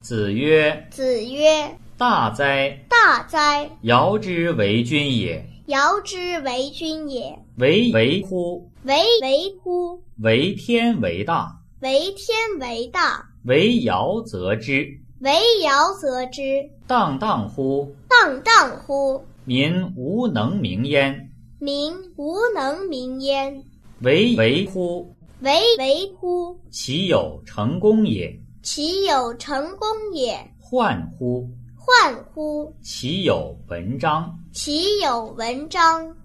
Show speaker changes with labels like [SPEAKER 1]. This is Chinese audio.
[SPEAKER 1] 子曰
[SPEAKER 2] 子曰：“
[SPEAKER 1] 大哉！：“
[SPEAKER 2] 大哉，
[SPEAKER 1] 尧之为君也，
[SPEAKER 2] 尧之为君也。
[SPEAKER 1] 为为乎？
[SPEAKER 2] 为为乎？
[SPEAKER 1] 为天为大，
[SPEAKER 2] 为天为大，
[SPEAKER 1] 为尧则之。
[SPEAKER 2] 为尧则之。
[SPEAKER 1] 荡荡乎，
[SPEAKER 2] 荡荡乎，
[SPEAKER 1] 民无能名焉。
[SPEAKER 2] 民无能名焉。
[SPEAKER 1] 为为乎？
[SPEAKER 2] 为为乎？
[SPEAKER 1] 其有成功也。
[SPEAKER 2] 其有成功也。
[SPEAKER 1] 患乎，
[SPEAKER 2] 患乎？
[SPEAKER 1] 其有文章。”
[SPEAKER 2] 其有文章。”